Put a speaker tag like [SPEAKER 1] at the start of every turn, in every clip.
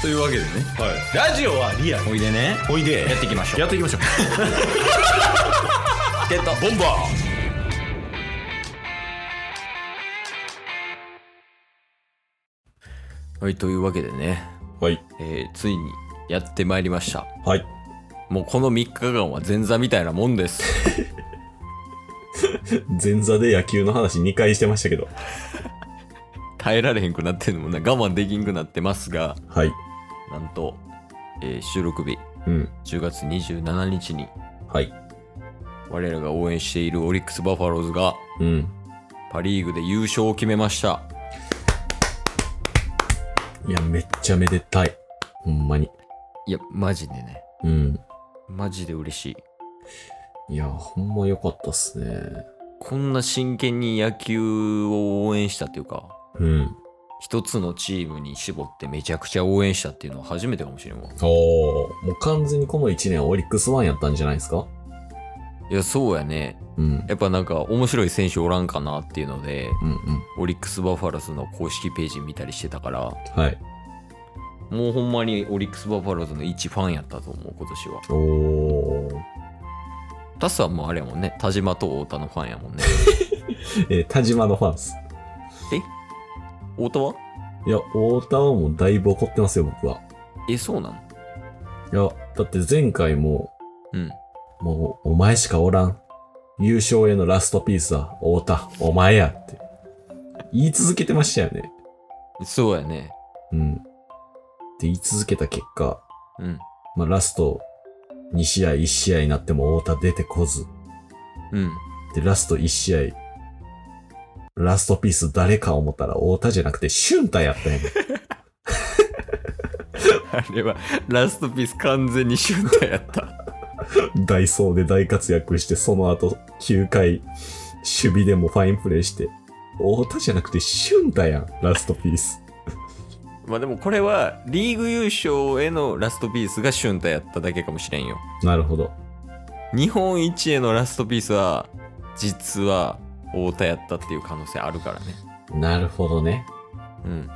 [SPEAKER 1] というわけでね
[SPEAKER 2] はい、ラジオはリアル
[SPEAKER 1] おいでね
[SPEAKER 2] おいで
[SPEAKER 1] やっていきましょう
[SPEAKER 2] やっていきましょう
[SPEAKER 1] ってた
[SPEAKER 2] ボンバ
[SPEAKER 1] はいというわけでね、
[SPEAKER 2] ーはい
[SPEAKER 1] えー、ついにやってまいりました
[SPEAKER 2] はい
[SPEAKER 1] もうこの3日間は前座みたいなもんです
[SPEAKER 2] 前座で野球の話2回してましたけど
[SPEAKER 1] 耐えられへんくなってんのもな我慢できんくなってますが
[SPEAKER 2] はい
[SPEAKER 1] なんと、えー収録日
[SPEAKER 2] うん
[SPEAKER 1] 10月27日に
[SPEAKER 2] はい
[SPEAKER 1] 我らが応援しているオリックス・バファローズが
[SPEAKER 2] うん
[SPEAKER 1] パ・リーグで優勝を決めました
[SPEAKER 2] いやめっちゃめでたいほんまに
[SPEAKER 1] いやマジでね
[SPEAKER 2] うん
[SPEAKER 1] マジで嬉しい
[SPEAKER 2] いやほんま良かったっすね
[SPEAKER 1] こんな真剣に野球を応援したというか
[SPEAKER 2] うん
[SPEAKER 1] 一つのチームに絞ってめちゃくちゃ応援したっていうのは初めてかもしれんわ
[SPEAKER 2] おおもう完全にこの1年はオリックスワンやったんじゃないですか
[SPEAKER 1] いやそうやね
[SPEAKER 2] うん
[SPEAKER 1] やっぱなんか面白い選手おらんかなっていうので
[SPEAKER 2] うんうん
[SPEAKER 1] オリックス・バファローズの公式ページ見たりしてたから
[SPEAKER 2] はい
[SPEAKER 1] もうほんまにオリックス・バファローズの一ファンやったと思う今年は
[SPEAKER 2] おお
[SPEAKER 1] タスはもうあれやもんね田島と太田のファンやもんね
[SPEAKER 2] えー、田島のファンっす
[SPEAKER 1] 太田はい
[SPEAKER 2] や太田はもうだいぶ怒ってますよ僕は
[SPEAKER 1] えそうなの
[SPEAKER 2] いやだって前回も
[SPEAKER 1] うん
[SPEAKER 2] もう、お前しかおらん。優勝へのラストピースは、太田、お前やって。言い続けてましたよね。
[SPEAKER 1] そうやね
[SPEAKER 2] うん。って言い続けた結果、
[SPEAKER 1] うん
[SPEAKER 2] まあ、ラスト2試合、1試合になっても太田出てこず。
[SPEAKER 1] うん
[SPEAKER 2] で、ラスト1試合、ラストピース誰か思ったら太田じゃなくて、俊太やった んやね。
[SPEAKER 1] あれはラストピース完全にシュンタやった
[SPEAKER 2] ダイソーで大活躍して、その後9回、守備でもファインプレーして、太田じゃなくて俊太やん、ラストピース。
[SPEAKER 1] まあでもこれはリーグ優勝へのラストピースがシュンタやっただけかもしれんよ
[SPEAKER 2] なるほど。
[SPEAKER 1] 日本一へのラストピースは実は太田やったっていう可能性あるからね
[SPEAKER 2] なるほどね。
[SPEAKER 1] うん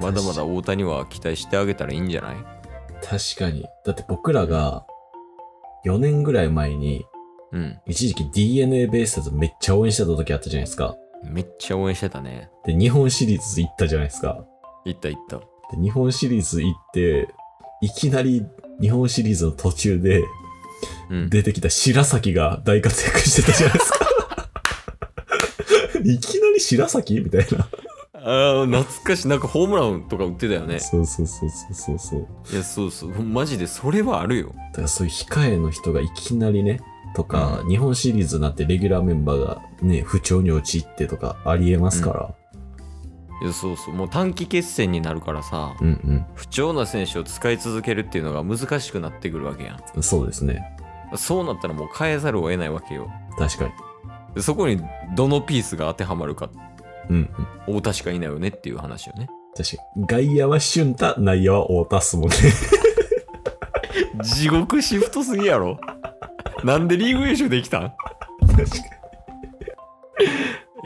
[SPEAKER 1] まだまだ太田には期待してあげたらいいんじゃない
[SPEAKER 2] 確かに。だって僕らが4年ぐらい前に
[SPEAKER 1] うん
[SPEAKER 2] 一時期 DNA ベイスターズめっちゃ応援してた時あったじゃないですか。
[SPEAKER 1] めっちゃ応援してたね
[SPEAKER 2] で、日本シリーズ行ったじゃないですか。
[SPEAKER 1] いったいった
[SPEAKER 2] で、日本シリーズ行って、いきなり日本シリーズの途中で
[SPEAKER 1] うん
[SPEAKER 2] 出てきた白崎が大活躍してたじゃないですか。いきなり白崎みたいな。
[SPEAKER 1] ああ懐かしいなんかホームランとか打ってたよね
[SPEAKER 2] そうそうそうそうそうそう。
[SPEAKER 1] いやそうそうマジでそれはあるよ
[SPEAKER 2] だからそういう控えの人がいきなりね、とか、日本シリーズになってレギュラーメンバーがね、不調に陥ってとかありえますから。
[SPEAKER 1] いやそうそうもう短期決戦になるからさ
[SPEAKER 2] うん、
[SPEAKER 1] 不調な選手を使い続けるっていうのが難しくなってくるわけやん
[SPEAKER 2] うんそうですね。
[SPEAKER 1] そうなったらもう変えざるを得ないわけよ
[SPEAKER 2] 確かに。
[SPEAKER 1] でそこにどのピースが当てはまるか
[SPEAKER 2] うんうん。
[SPEAKER 1] 太田しかいないよねっていう話よね
[SPEAKER 2] 確かに。外野は俊太、内野は太田っすもんね。
[SPEAKER 1] 地獄シフトすぎや ろなんでリーグ優勝できた
[SPEAKER 2] 確か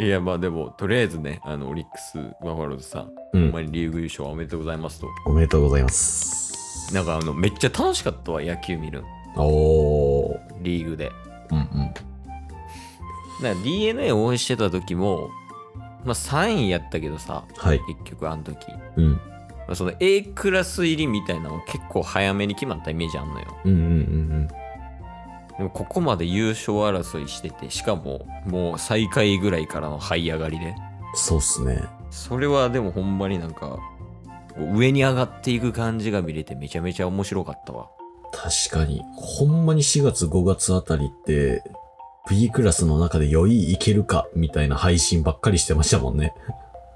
[SPEAKER 1] んいやまあでもとりあえずねあのオリックスバファローズさん
[SPEAKER 2] に。う
[SPEAKER 1] ほん
[SPEAKER 2] ん。
[SPEAKER 1] まにリーグ優勝おめでとうございますと
[SPEAKER 2] おめでとうございます。
[SPEAKER 1] なんかあのめっちゃ楽しかったわ野球見るの
[SPEAKER 2] おー。
[SPEAKER 1] リーグで
[SPEAKER 2] うんうん。
[SPEAKER 1] なんか d n a 応援してた時もまあ3位やったけどさ
[SPEAKER 2] はい。
[SPEAKER 1] 結局あの時
[SPEAKER 2] うん。
[SPEAKER 1] まあその A クラス入りみたいなの結構早めに決まったイメージあんのよ
[SPEAKER 2] うんうんうん
[SPEAKER 1] でもここまで優勝争いしててしかももう最下位ぐらいからの這い上がりで
[SPEAKER 2] うん。そうっすね。
[SPEAKER 1] それはでもほんまになんかこう上に上がっていく感じが見れてめちゃめちゃ面白かったわ
[SPEAKER 2] 確かに。ほんまに4月5月あたりって、B クラスの中で良いいけるかみたいな配信ばっかりしてましたもんね。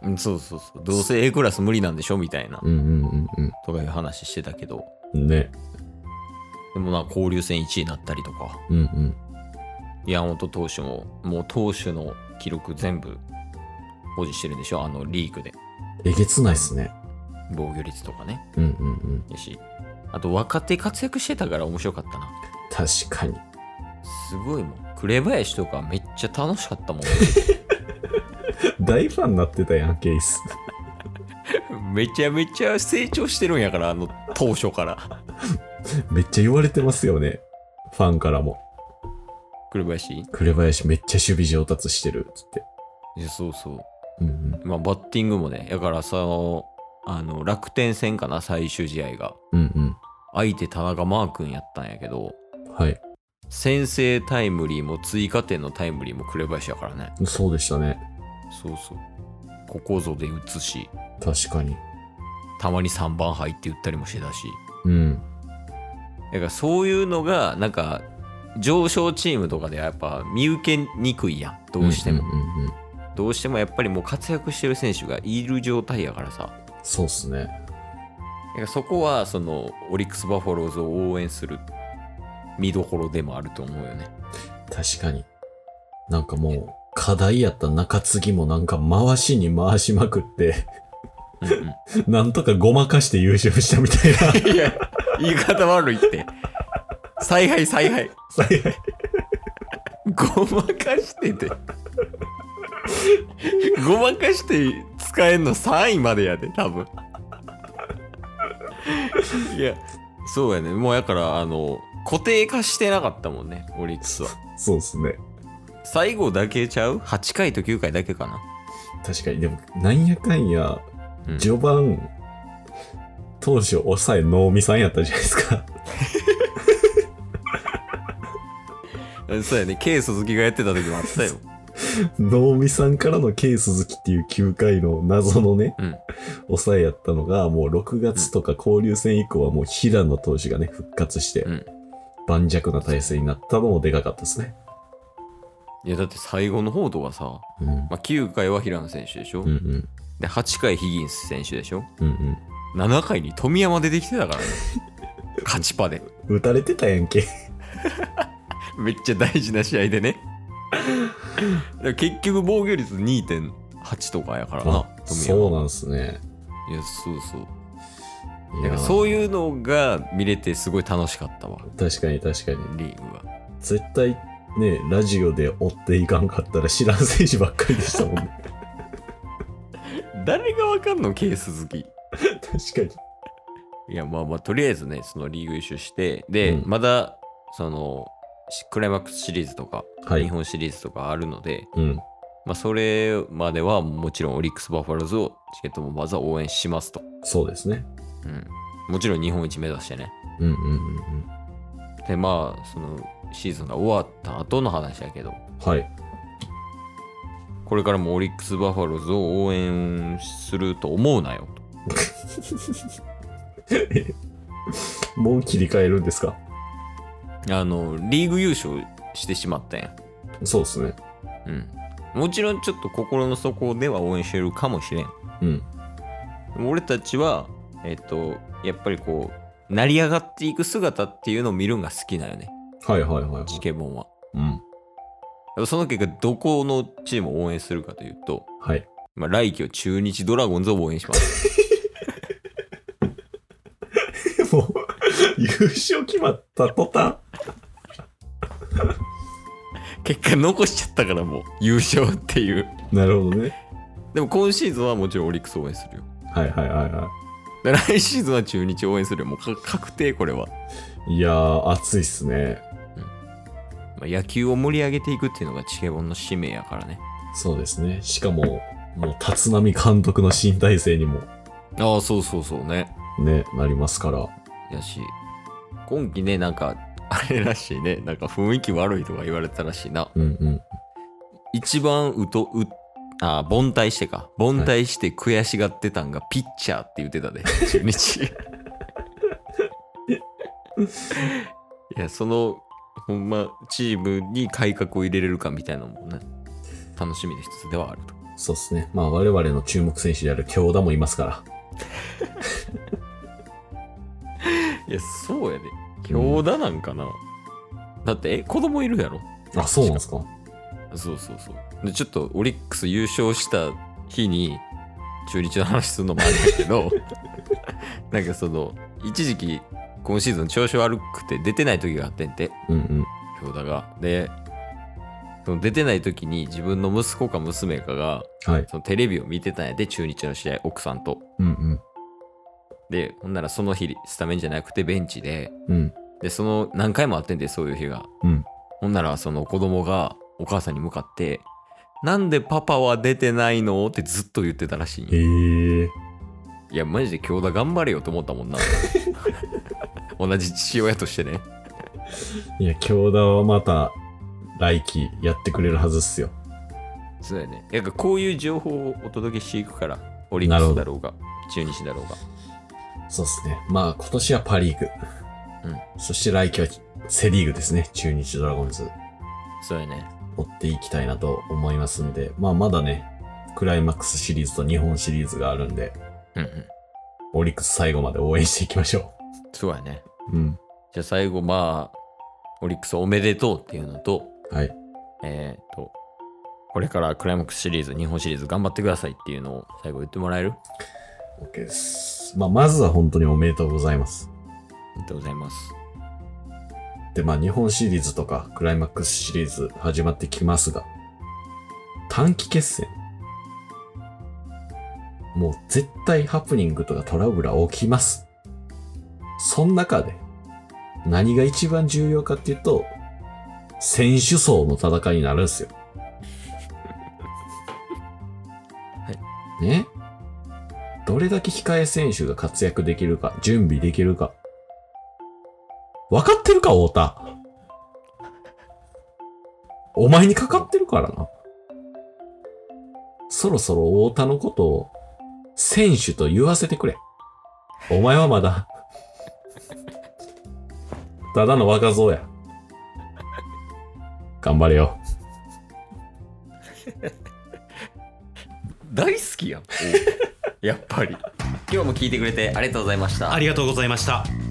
[SPEAKER 1] うんそうそうそうどうせ A クラス無理なんでしょみたいな
[SPEAKER 2] うんうんうん
[SPEAKER 1] とかいう話してたけど
[SPEAKER 2] うん。ね。
[SPEAKER 1] でもなんか交流戦1位になったりとか
[SPEAKER 2] うんうん。
[SPEAKER 1] 山本投手ももう投手の記録全部保持してるんでしょあのリーグで
[SPEAKER 2] えげつないっすね。
[SPEAKER 1] 防御率とかね
[SPEAKER 2] うんうんうん。
[SPEAKER 1] やしあと若手活躍してたから面白かったな
[SPEAKER 2] 確かに。
[SPEAKER 1] すごいもん紅林とかめっちゃ楽しかったも
[SPEAKER 2] 大ファンになってたやん、ケイス。
[SPEAKER 1] んめちゃめちゃ成長してるんやからあの当初から。
[SPEAKER 2] めっちゃ言われてますよね。ファンからも。
[SPEAKER 1] 栗林
[SPEAKER 2] 紅林めっちゃ守備上達してる。つって。
[SPEAKER 1] いやそうそう。
[SPEAKER 2] うんうん。
[SPEAKER 1] まあ、バッティングもね、だからさ、あの楽天戦かな、最終試合が。
[SPEAKER 2] うん
[SPEAKER 1] 相手、田中マー君やったんやけど、
[SPEAKER 2] うん。はい。
[SPEAKER 1] 先制タイムリーも追加点のタイムリーも紅林やからね。
[SPEAKER 2] そうでしたね。
[SPEAKER 1] そうそう。ここぞで打つし、
[SPEAKER 2] 確かに。
[SPEAKER 1] たまに3番入って打ったりもしてたし。
[SPEAKER 2] うん。
[SPEAKER 1] だからそういうのが、なんか、上昇チームとかではやっぱ見受けにくいやん、どうしても。
[SPEAKER 2] んうんうんうん
[SPEAKER 1] どうしてもやっぱりもう活躍してる選手がいる状態やからさ。
[SPEAKER 2] そうっす
[SPEAKER 1] だ
[SPEAKER 2] ね。
[SPEAKER 1] からそこはそのオリックス・バファローズを応援する見どころでもあると思うよね。
[SPEAKER 2] 確かに。なんかもう、課題やった中継ぎもなんか回しに回しまくって、
[SPEAKER 1] うんう
[SPEAKER 2] なんとかごまかして優勝したみたいな。
[SPEAKER 1] ん、いや、言い方悪い って。采配采配。
[SPEAKER 2] 最悪
[SPEAKER 1] ごまかしてて。ごまかして使えんの3位までやで、多分。いや、そうやね。もうやから、あの、固定化してなかったもんね、オリックスは。
[SPEAKER 2] そうっすね。
[SPEAKER 1] 最後だけちゃう ?8 回と9回だけかな。
[SPEAKER 2] 確かに。でも、なんやかんや、
[SPEAKER 1] うん
[SPEAKER 2] 序盤、当初抑え能見さんやったじゃないですか。
[SPEAKER 1] うんそうやね、K 鈴木がやってた時もあったよ。
[SPEAKER 2] 能見さんからの K 鈴木っていう9回の謎のね、
[SPEAKER 1] うん
[SPEAKER 2] 抑えやったのが、もう6月とか交流戦以降はもう平野投手がね、復活して、
[SPEAKER 1] うん
[SPEAKER 2] 盤石な体制になったのもでかかったですね。
[SPEAKER 1] いや、だって最後の方とかさ、
[SPEAKER 2] うん。うん
[SPEAKER 1] まあ、9回は平野選手でしょ、
[SPEAKER 2] うん。
[SPEAKER 1] で、8回ヒギンス選手でしょ
[SPEAKER 2] うん
[SPEAKER 1] 7回に富山出てきてたからね。勝ちパで。
[SPEAKER 2] うん。打たれてたやんけ。
[SPEAKER 1] めっちゃ大事な試合でね。だから結局防御率2.8とかやからな、富山。
[SPEAKER 2] そうなんですね。
[SPEAKER 1] いや、そうそう。だ
[SPEAKER 2] い
[SPEAKER 1] か
[SPEAKER 2] や
[SPEAKER 1] ら
[SPEAKER 2] ー
[SPEAKER 1] そういうのが見れてすごい楽しかったわ、
[SPEAKER 2] 確かに確かに。
[SPEAKER 1] リーグは。
[SPEAKER 2] 絶対ね、ラジオで追っていかんかったら知らん選手ばっかりでしたもんね。
[SPEAKER 1] 誰がわかんの、K 鈴木。
[SPEAKER 2] 確か
[SPEAKER 1] いやまあまあとりあえずねそのリーグ優勝してで、
[SPEAKER 2] うん
[SPEAKER 1] まだそのしクライマックスシリーズとか、
[SPEAKER 2] に。は
[SPEAKER 1] 日
[SPEAKER 2] い。
[SPEAKER 1] 本シリーズとかあるので、
[SPEAKER 2] うん。
[SPEAKER 1] まあ、それまではもちろんオリックス・バファローズをチケットもまずは応援しますと、
[SPEAKER 2] そうですね。
[SPEAKER 1] うん、もちろん日本一目指してね
[SPEAKER 2] うんうんうんうん。
[SPEAKER 1] でまあそのシーズンが終わった後の話だけど
[SPEAKER 2] はい。
[SPEAKER 1] これからもオリックス・バファローズを応援すると思うなよと
[SPEAKER 2] もう切り替えるんですか
[SPEAKER 1] あのリーグ優勝してしまったやん、
[SPEAKER 2] そうですね。
[SPEAKER 1] うん、もちろんちょっと心の底では応援してるかもしれん
[SPEAKER 2] うん。
[SPEAKER 1] 俺たちはえっとやっぱりこう成り上がっていく姿っていうのを見るのが好きなよね
[SPEAKER 2] はいはいはい、はい
[SPEAKER 1] ジ。ケボンは
[SPEAKER 2] うん。
[SPEAKER 1] その結果どこのチームを応援するかというと、
[SPEAKER 2] はい。
[SPEAKER 1] まあ、来季は中日ドラゴンズを応援します
[SPEAKER 2] もう、優勝決まった途端。
[SPEAKER 1] 結果残しちゃったからもう優勝っていう
[SPEAKER 2] なるほどね。
[SPEAKER 1] でも今シーズンはもちろんオリックス応援するよ
[SPEAKER 2] はいはいはいは
[SPEAKER 1] で来シーズンは中日応援するよもうか確定これは、
[SPEAKER 2] い。いやー、熱いっすね。
[SPEAKER 1] まあ、野球を盛り上げていくっていうのがチケボンの使命やからね
[SPEAKER 2] そうですね。しかも、もう、立浪監督の新体制にも、
[SPEAKER 1] ああそうそうそうね
[SPEAKER 2] ね、なりますから。
[SPEAKER 1] やし今季ねなんかあれらしいねなんか雰囲気悪いとか言われたらしいな
[SPEAKER 2] うんうん。
[SPEAKER 1] 一番うとうあ凡退してか凡退して悔しがってたんがピッチャーって言ってたで、中 日いやそのほんまチームに改革を入れれるかみたいなのもね楽しみの一つではあると
[SPEAKER 2] そうっすね。まあ、我々の注目選手である京田もいますから。
[SPEAKER 1] いやそうやで強打なんかな、だってえ子供いるやろ
[SPEAKER 2] あ、そうなんですか
[SPEAKER 1] そうそうそう。で、ちょっとオリックス優勝した日に、中日の話するのもあるんだけど、なんかその、一時期、今シーズン調子悪くて出てない時があってんて、
[SPEAKER 2] うんうん。
[SPEAKER 1] 京田が。で、その出てない時に自分の息子か娘かが、
[SPEAKER 2] はい。
[SPEAKER 1] そのテレビを見てたんやで、中日の試合、奥さんと。
[SPEAKER 2] うんうん。
[SPEAKER 1] でほんならその日スタメンじゃなくてベンチで
[SPEAKER 2] うん。
[SPEAKER 1] でその何回もあってんでそういう日が、
[SPEAKER 2] うん
[SPEAKER 1] ほんならその子供がお母さんに向かって「なんでパパは出てないの?」ってずっと言ってたらしいんよ
[SPEAKER 2] へえ。
[SPEAKER 1] いやマジで京田頑張れよと思ったも んな同じ父親としてね
[SPEAKER 2] いや、京田はまた、来季やってくれるはずっすよ。
[SPEAKER 1] そうやね。なんかこういう情報をお届けしていくから、オリックスだろうが、中日だろうが。
[SPEAKER 2] そうですね。まあ、今年はパリーグ。
[SPEAKER 1] うん。
[SPEAKER 2] そして来季はセリーグですね。中日ドラゴンズ。
[SPEAKER 1] そうやね。
[SPEAKER 2] 追っていきたいなと思いますんで、まあまだね、クライマックスシリーズと日本シリーズがあるんで、
[SPEAKER 1] うんうん。
[SPEAKER 2] オリックス最後まで応援していきましょ
[SPEAKER 1] そうやね。
[SPEAKER 2] う。うん。
[SPEAKER 1] じゃあ最後、まあ、オリックスおめでとうっていうのと、
[SPEAKER 2] はい。
[SPEAKER 1] えっ、と、これからクライマックスシリーズ、日本シリーズ頑張ってくださいっていうのを最後言ってもらえる
[SPEAKER 2] OK です。まあ、まずは本当におめでとうございます。
[SPEAKER 1] ありがとうございます。
[SPEAKER 2] で、まあ、日本シリーズとかクライマックスシリーズ始まってきますが、短期決戦。もう絶対ハプニングとかトラブルは起きます。その中で、何が一番重要かっていうと、選手層の戦いになるんですよ。 はい。ねどれだけ控え選手が活躍できるか、準備できるか。分かってるか、太田。お前にかかってるからな。そろそろ太田のことを、選手と言わせてくれ。お前はまだ、ただの若造や。頑張れよ。
[SPEAKER 1] 大好きやん。やっぱり。今日も聞いてくれてありがとうございました
[SPEAKER 3] あ。りがとうございました。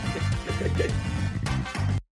[SPEAKER 3] す